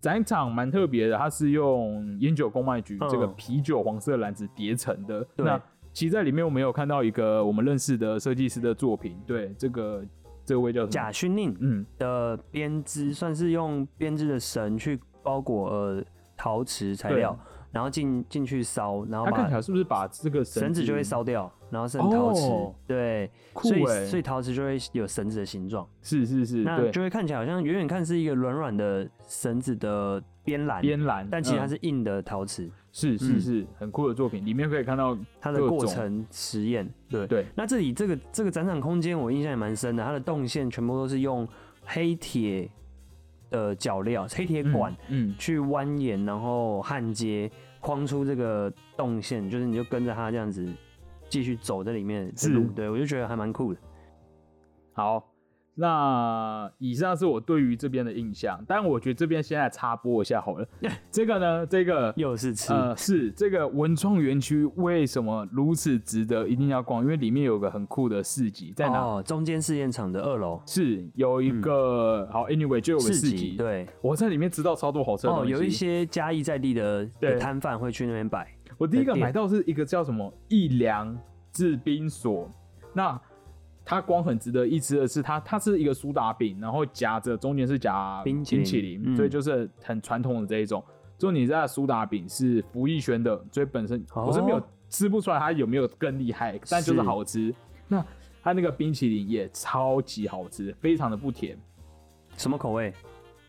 Speaker 1: 展场蛮特别的，它是用烟酒公卖局这个
Speaker 2: 嗯
Speaker 1: 啤酒黄色篮子叠成的。
Speaker 2: 对
Speaker 1: 那其实在里面我们有看到一个我们认识的设计师的作品，对，这个这位叫什么
Speaker 2: 假熏令
Speaker 1: 嗯，
Speaker 2: 的编织，算是用编织的绳去包裹呃陶瓷材
Speaker 1: 对
Speaker 2: 料，然后进进去烧，然后
Speaker 1: 它看
Speaker 2: 把
Speaker 1: 起来是不是把这个
Speaker 2: 绳子就会烧掉，然后剩陶瓷，
Speaker 1: 哦
Speaker 2: 对，
Speaker 1: 酷
Speaker 2: 所以
Speaker 1: 欸
Speaker 2: 所以陶瓷就会有绳子的形状，
Speaker 1: 是是是，
Speaker 2: 那
Speaker 1: 对，
Speaker 2: 就会看起来好像远远看是一个软软的绳子的边栏，
Speaker 1: 边蓝，
Speaker 2: 但其实它
Speaker 1: 嗯
Speaker 2: 是硬的陶瓷，
Speaker 1: 是
Speaker 2: 嗯
Speaker 1: 是是很酷的作品，里面可以看到
Speaker 2: 它的
Speaker 1: 各
Speaker 2: 过
Speaker 1: 种
Speaker 2: 程实验，对
Speaker 1: 对
Speaker 2: 那这里这个这个展场空间我印象也蛮深的，它的动线全部都是用黑铁的脚镣、黑铁管，
Speaker 1: 嗯，嗯
Speaker 2: 去蜿蜒，然后焊接框出这个动线，就是你就跟着它这样子继续走在里面的
Speaker 1: 是
Speaker 2: 路，对我就觉得还蛮酷的。
Speaker 1: 好，那以上是我对于这边的印象，但我觉得这边现在插播一下好 了。这个呢，这个
Speaker 2: 又是吃，
Speaker 1: 呃是这个文创园区为什么如此值得一定要逛？因为里面有个很酷的市集，在哪？
Speaker 2: 哦，中间试验场的二楼
Speaker 1: 是有一个、好，anyway 就有个市集，
Speaker 2: 嗯对，
Speaker 1: 我在里面知道超多好吃的
Speaker 2: 哦，
Speaker 1: 东西。
Speaker 2: 有一些嘉义在地的
Speaker 1: 对
Speaker 2: 的摊贩会去那边摆，
Speaker 1: 我第一
Speaker 2: 的
Speaker 1: 个
Speaker 2: 店
Speaker 1: 买到是一个叫什么一良制冰所，那它光很值得一吃的是它，它是一个苏打饼，然后夹着中间是夹
Speaker 2: 冰淇
Speaker 1: 淇
Speaker 2: 淋
Speaker 1: 淋，
Speaker 2: 嗯
Speaker 1: 所以就是很传统的这一种。重点是它的苏打饼是福艺轩的，所以本身
Speaker 2: 哦
Speaker 1: 我是没有吃不出来它有没有更厉害，但就是好吃。那它那个冰淇淋也超级好吃，非常的不甜。
Speaker 2: 什么口味？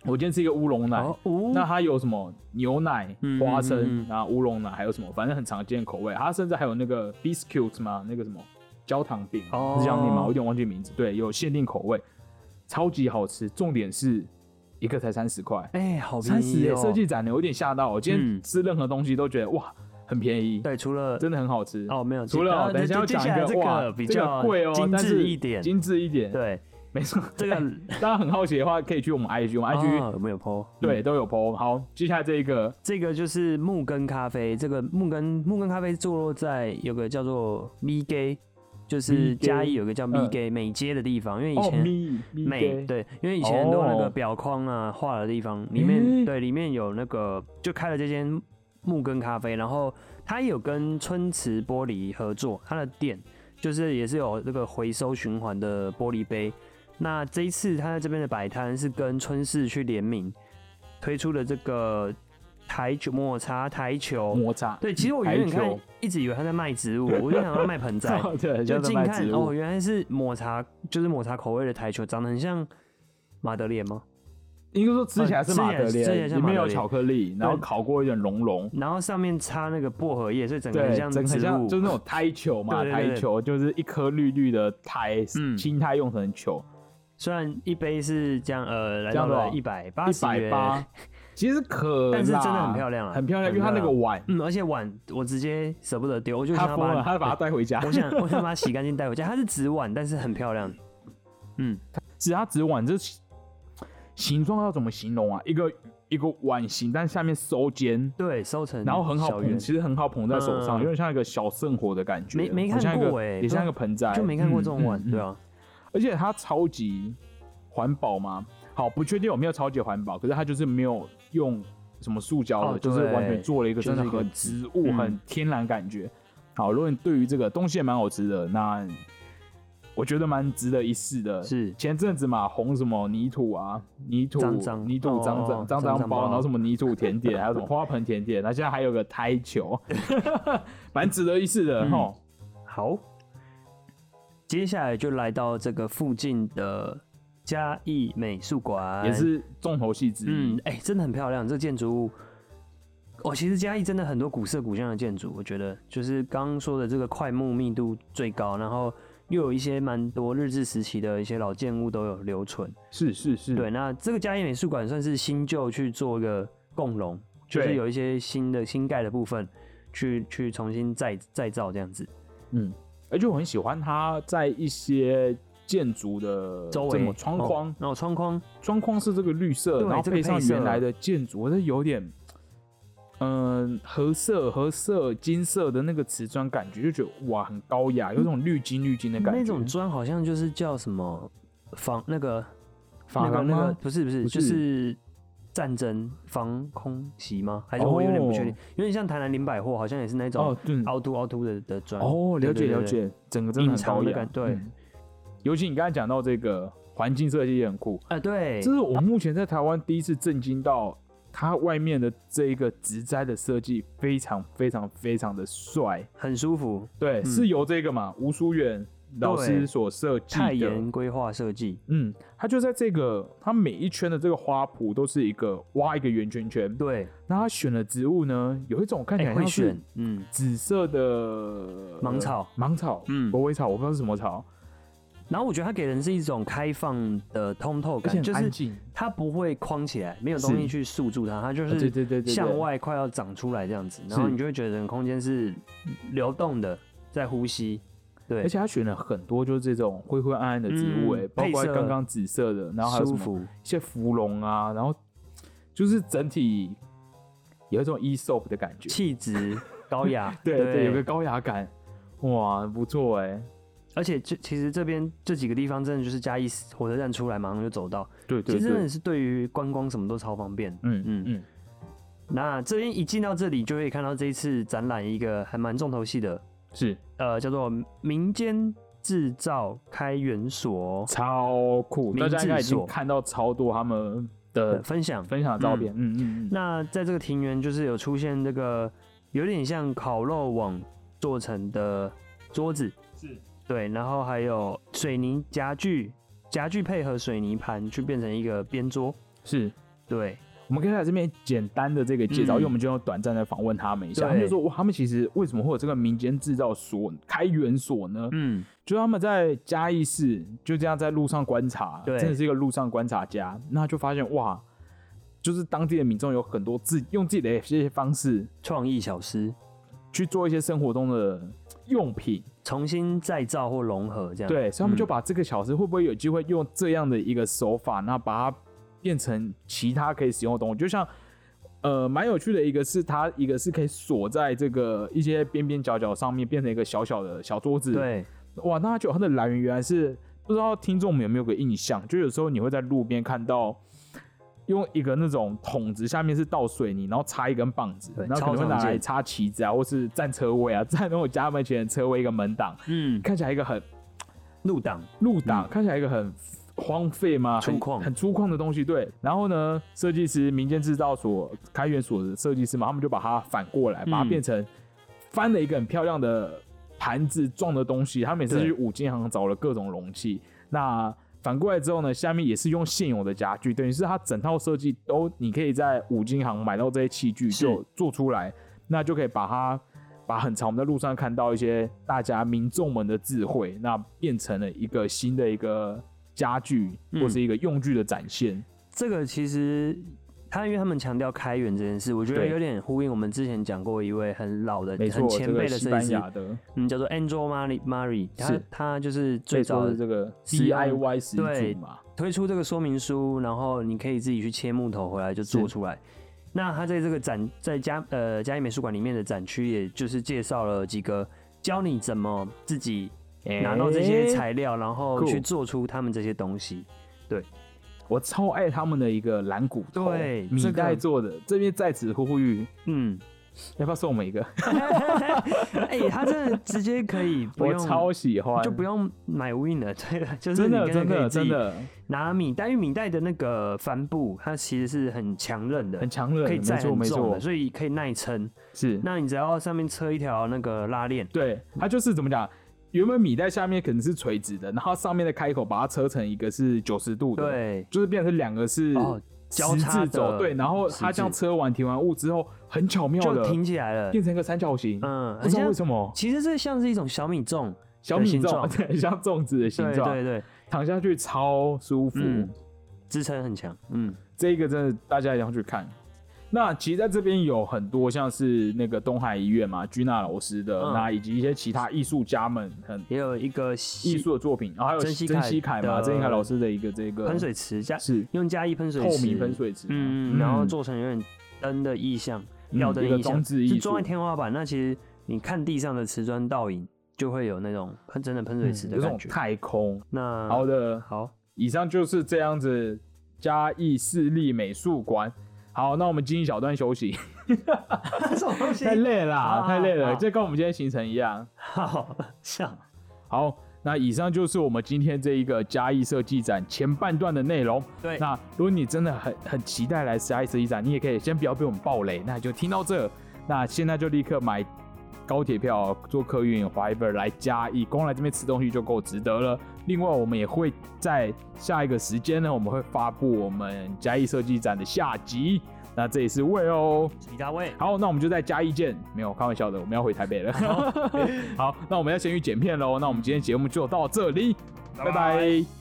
Speaker 1: 我今天吃一个乌龙奶，
Speaker 2: 哦，哦
Speaker 1: 那它有什么牛奶
Speaker 2: 嗯、
Speaker 1: 花
Speaker 2: 嗯嗯
Speaker 1: 生
Speaker 2: 嗯，
Speaker 1: 然后乌龙奶，还有什么，反正很常见的口味。它甚至还有那个 biscuit 嘛，那个什么焦糖饼，
Speaker 2: 哦
Speaker 1: 是这样念吗？我有点忘记名字。对，有限定口味，超级好吃。重点是一个才三十块，
Speaker 2: 哎、好便
Speaker 1: 三十
Speaker 2: 宜
Speaker 1: 耶！
Speaker 2: 哦。
Speaker 1: 设计展呢，有点吓到。我今
Speaker 2: 嗯
Speaker 1: 天吃任何东西都觉得哇，很便宜，
Speaker 2: 对，除了
Speaker 1: 真的很好吃。
Speaker 2: 哦，没有，
Speaker 1: 除了
Speaker 2: 啊
Speaker 1: 哦等一下要
Speaker 2: 接
Speaker 1: 讲
Speaker 2: 接下来
Speaker 1: 一
Speaker 2: 这
Speaker 1: 哇，
Speaker 2: 个比较
Speaker 1: 这个贵哦，
Speaker 2: 精
Speaker 1: 但
Speaker 2: 致
Speaker 1: 是
Speaker 2: 一点，
Speaker 1: 精哎致一点。，
Speaker 2: 对，
Speaker 1: 没错。
Speaker 2: 这个
Speaker 1: 大家很好奇的话，可以去我们 IG，我们 IG
Speaker 2: 哦有没有 PO？
Speaker 1: 对，都有 PO。好，接下来这一个
Speaker 2: 这个就是木根咖啡，这个木根木根咖啡坐落在有个叫做咪街，就是
Speaker 1: 咪街
Speaker 2: 嘉义有个叫咪街美街的地方，因为以
Speaker 1: 哦，
Speaker 2: 前
Speaker 1: 米米
Speaker 2: 美
Speaker 1: 给
Speaker 2: 对，因为以前很多那个
Speaker 1: 哦
Speaker 2: 表框啊画的地方，里面
Speaker 1: 诶
Speaker 2: 对里面有那个就开了这间木根咖啡，然后它也有跟春池玻璃合作，它的店就是也是有那个回收循环的玻璃杯。那这一次他在这边的摆摊是跟春市去联名推出的这个台球抹茶台球。
Speaker 1: 摩擦，
Speaker 2: 对，其实我远远看一直以为他在卖植物，我就想要卖盆栽，
Speaker 1: 对，
Speaker 2: 就
Speaker 1: 像在
Speaker 2: 近
Speaker 1: 卖
Speaker 2: 看
Speaker 1: 植
Speaker 2: 哦，
Speaker 1: 物，
Speaker 2: 原来是抹茶，就是抹茶口味的台球，长得很像马德莲吗？
Speaker 1: 应该说吃起来是马德
Speaker 2: 哦吃起来吃起来
Speaker 1: 莲，
Speaker 2: 像
Speaker 1: 里
Speaker 2: 马德莲
Speaker 1: 面有巧克力，然后烤过一点融融，
Speaker 2: 然后上面插那个薄荷叶，所以整个很
Speaker 1: 对，
Speaker 2: 像
Speaker 1: 整个很
Speaker 2: 植
Speaker 1: 像
Speaker 2: 物，
Speaker 1: 就是那种胎球嘛，
Speaker 2: 对对对
Speaker 1: 胎球就是一颗绿绿的胎
Speaker 2: 嗯，
Speaker 1: 青苔用成球，
Speaker 2: 虽然一杯是这样，呃，来
Speaker 1: 这
Speaker 2: 到
Speaker 1: 样
Speaker 2: 了
Speaker 1: 多少
Speaker 2: 一百八
Speaker 1: 一
Speaker 2: 十
Speaker 1: 百
Speaker 2: 元，
Speaker 1: 八，其实可啦，
Speaker 2: 但是真的很漂亮啊，
Speaker 1: 很漂亮，因为它那个碗，
Speaker 2: 嗯，而且碗我直接舍不得丢，我就想
Speaker 1: 他
Speaker 2: 要
Speaker 1: 疯
Speaker 2: 把
Speaker 1: 了，他把它带回家
Speaker 2: 我，想我想把它洗干净带回家。它是纸碗，但是很漂亮。嗯，
Speaker 1: 是它纸碗这形状要怎么形容啊？一个一个碗形，但下面收尖，
Speaker 2: 对，收成
Speaker 1: 然后很好
Speaker 2: 小圆
Speaker 1: 捧，，其实很好捧在手上，
Speaker 2: 嗯
Speaker 1: 有点像一个小圣火的感觉，
Speaker 2: 没没看
Speaker 1: 很像一个
Speaker 2: 过欸
Speaker 1: 也像一个盆栽，
Speaker 2: 就没看过这种碗，
Speaker 1: 嗯嗯嗯
Speaker 2: 对啊，
Speaker 1: 而且它超级环保吗？好，不确定有没有超级环保，可是它就是没有用什么塑胶的，
Speaker 2: 哦
Speaker 1: 就是完
Speaker 2: 对
Speaker 1: 全做了一个
Speaker 2: 就
Speaker 1: 真
Speaker 2: 是
Speaker 1: 的
Speaker 2: 一个
Speaker 1: 很植物、
Speaker 2: 嗯
Speaker 1: 很天然感觉。好，如果你对于这个东西也蛮好吃的，那我觉得蛮值得一试的。
Speaker 2: 是
Speaker 1: 前阵子嘛，红什么泥土啊，泥土
Speaker 2: 脏脏
Speaker 1: 泥土脏
Speaker 2: 哦
Speaker 1: 脏脏
Speaker 2: 脏
Speaker 1: 脏
Speaker 2: 脏包
Speaker 1: 包，然后什么泥土甜 点，还有什么花盆甜点，那现在还有个胎球，蛮值得一试的
Speaker 2: 嗯
Speaker 1: 哈。
Speaker 2: 好。接下来就来到这个附近的嘉义美术馆，
Speaker 1: 也是重头戏之一。
Speaker 2: 哎嗯，哎、真的很漂亮，这建筑物。哦，其实嘉义真的很多古色古香的建筑，我觉得就是刚刚说的这个块木密度最高，然后又有一些蛮多日治时期的一些老建物都有留存。
Speaker 1: 是是是，
Speaker 2: 对，那这个嘉义美术馆算是新旧去做一个
Speaker 1: 嗯
Speaker 2: 共融，就是
Speaker 1: 对
Speaker 2: 有一些新的新盖的部分去去重新再再造这样子。
Speaker 1: 嗯，而且我很喜欢它在一些建筑的
Speaker 2: 周
Speaker 1: 这
Speaker 2: 围
Speaker 1: 么窗框
Speaker 2: 哦，然后窗框
Speaker 1: 窗框是这个绿色，
Speaker 2: 对
Speaker 1: 然后
Speaker 2: 这个
Speaker 1: 配上
Speaker 2: 配色
Speaker 1: 原来的建筑，我是有点。嗯，褐色、褐色、金色的那个瓷砖感觉，就觉得哇，很高雅，有种绿金绿金的感觉。
Speaker 2: 嗯那种砖好像就是叫什么防那个
Speaker 1: 法
Speaker 2: 那个
Speaker 1: 郎
Speaker 2: 那个
Speaker 1: 吗？
Speaker 2: 不是不是，
Speaker 1: 不
Speaker 2: 就是是战争防空袭吗？还是我有点不确定
Speaker 1: 哦，
Speaker 2: 有点像台南林百货，好像也是那种
Speaker 1: 哦，对，
Speaker 2: 凹凸凹凸的的砖。
Speaker 1: 哦，了
Speaker 2: 对
Speaker 1: 解
Speaker 2: 对
Speaker 1: 了
Speaker 2: 对
Speaker 1: 解，整个真的
Speaker 2: 隐
Speaker 1: 很
Speaker 2: 藏
Speaker 1: 高
Speaker 2: 的
Speaker 1: 雅
Speaker 2: 感。对
Speaker 1: 嗯，尤其你刚才讲到这个环境设计也很酷，
Speaker 2: 啊，对
Speaker 1: 这，是我目前在台湾第一次震惊到，它外面的这一个植栽的设计非常非常非常的帅，
Speaker 2: 很舒服。
Speaker 1: 对，是由这个嘛吴淑远老师
Speaker 2: 嗯对
Speaker 1: 所设计
Speaker 2: 太
Speaker 1: 的。
Speaker 2: 妍规划设计，
Speaker 1: 嗯，它就在这个，它每一圈的这个花圃都是一个挖一个圆圈圈。
Speaker 2: 对，
Speaker 1: 那它选的植物呢，有一种看起
Speaker 2: 哎、
Speaker 1: 来
Speaker 2: 会
Speaker 1: 像是呃
Speaker 2: 选，嗯，
Speaker 1: 紫色的
Speaker 2: 芒草
Speaker 1: 芒草，
Speaker 2: 嗯
Speaker 1: 狗尾草，我不知道是什么草，
Speaker 2: 然后我觉得它给人是一种开放的通透
Speaker 1: 而且
Speaker 2: 感，
Speaker 1: 很
Speaker 2: 就
Speaker 1: 安
Speaker 2: 是
Speaker 1: 静。
Speaker 2: 它不会框起来，没有东
Speaker 1: 是哦
Speaker 2: 西去束住它，它就
Speaker 1: 对对
Speaker 2: 是
Speaker 1: 对对对，
Speaker 2: 向外快要长出来这样子，然后
Speaker 1: 是
Speaker 2: 你就会觉得整个空间是流动的，在呼吸。对，
Speaker 1: 而且他选了很多就是这种灰灰暗暗的植物、
Speaker 2: 嗯
Speaker 1: 哎、包括
Speaker 2: 配色
Speaker 1: 刚刚紫色的，然后还有什
Speaker 2: 舒
Speaker 1: 么
Speaker 2: 服，
Speaker 1: 一些芙蓉啊，然后就是整体有一种 e s o p 的感觉，
Speaker 2: 气质高雅，
Speaker 1: 对对，有个高雅感，哇，不错哎、
Speaker 2: 而且这其实这边这几个地方真的就是嘉义火车站出来马上就走到，
Speaker 1: 对
Speaker 2: 其实真的，是对于观光什么都超方便。
Speaker 1: 嗯嗯
Speaker 2: 嗯
Speaker 1: 嗯，
Speaker 2: 那这边一进到这里，就可以看到这一次展览一个还蛮重头戏的，
Speaker 1: 是
Speaker 2: 呃，叫做民间制造开源所
Speaker 1: 超酷，
Speaker 2: 明
Speaker 1: 大家应该已
Speaker 2: 治所
Speaker 1: 经看到超多他们的
Speaker 2: 的呃分享。
Speaker 1: 分享的照片，嗯嗯嗯，
Speaker 2: 那在这个庭园，就是有出现这个有点像烤肉网做成的桌子，
Speaker 1: 是
Speaker 2: 对，然后还有水泥夹具，夹具配合水泥盘去变成一个边桌，
Speaker 1: 是。
Speaker 2: 对，
Speaker 1: 我们可以在这边简单的这个介绍，因
Speaker 2: 嗯
Speaker 1: 为我们就用短暂的访问他们一下，
Speaker 2: 对
Speaker 1: 他们就说哇，他们其实为什么会有这个民间制造所开源所呢？
Speaker 2: 嗯，
Speaker 1: 就是他们在嘉义市就这样在路上观察，
Speaker 2: 对
Speaker 1: 真的是一个路上观察家，那就发现哇，就是当地的民众有很多自用自己的一些方式
Speaker 2: 创意小师
Speaker 1: 去做一些生活中的用品，
Speaker 2: 重新再造或融合这样，
Speaker 1: 对，所以他们就
Speaker 2: 嗯
Speaker 1: 把这个小吃会不会有机会用这样的一个手法，那把它变成其他可以使用的东西，就像。呃，蛮有趣的一个是它，一个是可以锁在这个一些边边角角上面，变成一个小小的小桌子。，
Speaker 2: 对，
Speaker 1: 哇，那它酒它的来源原来是不知道听众们有没有个印象，就有时候你会在路边看到用一个那种桶子下面是倒水泥，然后插一根棒子，
Speaker 2: 对
Speaker 1: 然后可
Speaker 2: 超
Speaker 1: 能会
Speaker 2: 常
Speaker 1: 拿来
Speaker 2: 见
Speaker 1: 插旗子啊，或是占车位啊，占那种家门前的车位一个门挡，
Speaker 2: 嗯，
Speaker 1: 看起来一个很
Speaker 2: 入党
Speaker 1: 路挡，看起来一个很荒废嘛，很
Speaker 2: 嗯粗犷
Speaker 1: 很粗犷的东西。对，然后呢，设计师民间制造所开源所的设计师嘛，他们就把它反过来，把它
Speaker 2: 嗯
Speaker 1: 变成翻了一个很漂亮的盘子状的东西。他们也是
Speaker 2: 对
Speaker 1: 去五金行找了各种容器。那反过来之后呢，下面也是用现有的家具，等于是它整套设计都你可以在五金行买到这些器具
Speaker 2: 是
Speaker 1: 就做出来，那就可以把它把很常我们在路上看到一些大家民众们的智慧，那变成了一个新的一个家具
Speaker 2: 嗯
Speaker 1: 或是一个用具的展现。
Speaker 2: 这个其实他因为他们强调开源这件事，我觉得
Speaker 1: 对
Speaker 2: 有点呼应我们之前讲过一位很老的、
Speaker 1: 没
Speaker 2: 很
Speaker 1: 错，
Speaker 2: 前
Speaker 1: 这
Speaker 2: 辈
Speaker 1: 个
Speaker 2: 的
Speaker 1: 西
Speaker 2: 设
Speaker 1: 班
Speaker 2: 计师
Speaker 1: 牙，的
Speaker 2: 嗯，叫做 Angel Mari Mari，他
Speaker 1: 是
Speaker 2: 他就是
Speaker 1: 最
Speaker 2: 最
Speaker 1: 早
Speaker 2: 早
Speaker 1: 的这个
Speaker 2: 使用
Speaker 1: DIY 始
Speaker 2: 对
Speaker 1: 祖嘛，
Speaker 2: 推出这个说明书，然后你可以自己去切木头回来就做出来。那他在这个展在嘉呃嘉义美术馆里面的展区，也就是介绍了几个教你怎么自己拿到这些
Speaker 1: 诶
Speaker 2: 材料，然后去
Speaker 1: 酷
Speaker 2: 做出他们这些东西。
Speaker 1: 我超爱他们的一个蓝骨头，
Speaker 2: 对
Speaker 1: 米
Speaker 2: 这个
Speaker 1: 袋做的。这边在此呼吁，
Speaker 2: 嗯，
Speaker 1: 要不要送我们一个？
Speaker 2: 哎、他真的直接可以不
Speaker 1: 我
Speaker 2: 用
Speaker 1: 超喜欢，
Speaker 2: 就不用买 Win 了， 对了，就是
Speaker 1: 真
Speaker 2: 你
Speaker 1: 的
Speaker 2: 跟着
Speaker 1: 真
Speaker 2: 可以
Speaker 1: 的
Speaker 2: 自
Speaker 1: 真
Speaker 2: 己
Speaker 1: 的
Speaker 2: 拿米袋，因为米袋的那个帆布，它其实是很强韧的
Speaker 1: 很，强韧，
Speaker 2: 可以载
Speaker 1: 没错
Speaker 2: 很
Speaker 1: 没
Speaker 2: 重
Speaker 1: 错
Speaker 2: 的，，所以可以耐撑。
Speaker 1: 是
Speaker 2: 那你只要上面车一条那个拉链，
Speaker 1: 对，它就是怎么讲？原本米袋下面可能是垂直的，然后上面的开口把它车成一个是九十度的，，
Speaker 2: 对，
Speaker 1: 就是变成两个是
Speaker 2: 哦，交
Speaker 1: 十
Speaker 2: 叉
Speaker 1: 字
Speaker 2: 的
Speaker 1: 轴，对，然后它这样
Speaker 2: 十
Speaker 1: 车完填完物之后，很巧妙
Speaker 2: 就
Speaker 1: 的
Speaker 2: 挺起来了。
Speaker 1: 变成一个三角形，
Speaker 2: 嗯，
Speaker 1: 不
Speaker 2: 很
Speaker 1: 知道
Speaker 2: 像
Speaker 1: 为，什么
Speaker 2: 其实这像是一种小米粽，
Speaker 1: 小米
Speaker 2: 形
Speaker 1: 粽
Speaker 2: 状
Speaker 1: 对很像粽子的形
Speaker 2: 对
Speaker 1: 状，
Speaker 2: 对对，
Speaker 1: 躺下去超舒服，
Speaker 2: 嗯支撑很强。嗯，
Speaker 1: 这个真的大家一定要去看。那其实在这边有很多像是那个东海医院嘛，居娜老师的，
Speaker 2: 嗯
Speaker 1: 那以及一些其他艺术家们很
Speaker 2: 也有一个
Speaker 1: 艺术的作品，然后还有
Speaker 2: 珍惜
Speaker 1: 珍
Speaker 2: 凯
Speaker 1: 惜凯嘛，
Speaker 2: 的
Speaker 1: 珍惜凯老师的一个这个
Speaker 2: 喷水池加
Speaker 1: 是
Speaker 2: 用加一喷水
Speaker 1: 透
Speaker 2: 池，
Speaker 1: 明喷水池嘛，
Speaker 2: 嗯，嗯，然后做成有点灯的意象。
Speaker 1: 嗯
Speaker 2: 吊灯
Speaker 1: 一个
Speaker 2: 意象
Speaker 1: 装置艺
Speaker 2: 是
Speaker 1: 术
Speaker 2: 装在，天花板，那其实你看地上的瓷砖倒影，就会有那种喷真的喷水池
Speaker 1: 嗯
Speaker 2: 的
Speaker 1: 有种
Speaker 2: 感觉。嗯
Speaker 1: 太空。
Speaker 2: 那
Speaker 1: 好的，
Speaker 2: 好，
Speaker 1: 以上就是这样子，嘉义市立美术馆。好，那我们进一小段休息，
Speaker 2: 什么 东西
Speaker 1: 太累啦，
Speaker 2: 啊
Speaker 1: 太累了，
Speaker 2: 啊
Speaker 1: 这跟我们今天行程一样。
Speaker 2: 好像
Speaker 1: 好，那以上就是我们今天这一个嘉义设计展前半段的内容。
Speaker 2: 对
Speaker 1: 那如果你真的很很期待来嘉义设计展，你也可以先不要被我们暴雷，那你就听到这，那现在就立刻买高铁票、坐客运、whatever 来嘉义，光来这边吃东西就够值得了。另外，我们也会在下一个时间呢，我们会发布我们嘉义设计展的下集。那这也是魏哦。
Speaker 2: 李大卫，
Speaker 1: 好，那我们就再加一件，没有开玩笑的，我们要回台北了。 好，那我们要先去剪片喽。那我们今天节目就到这里，拜拜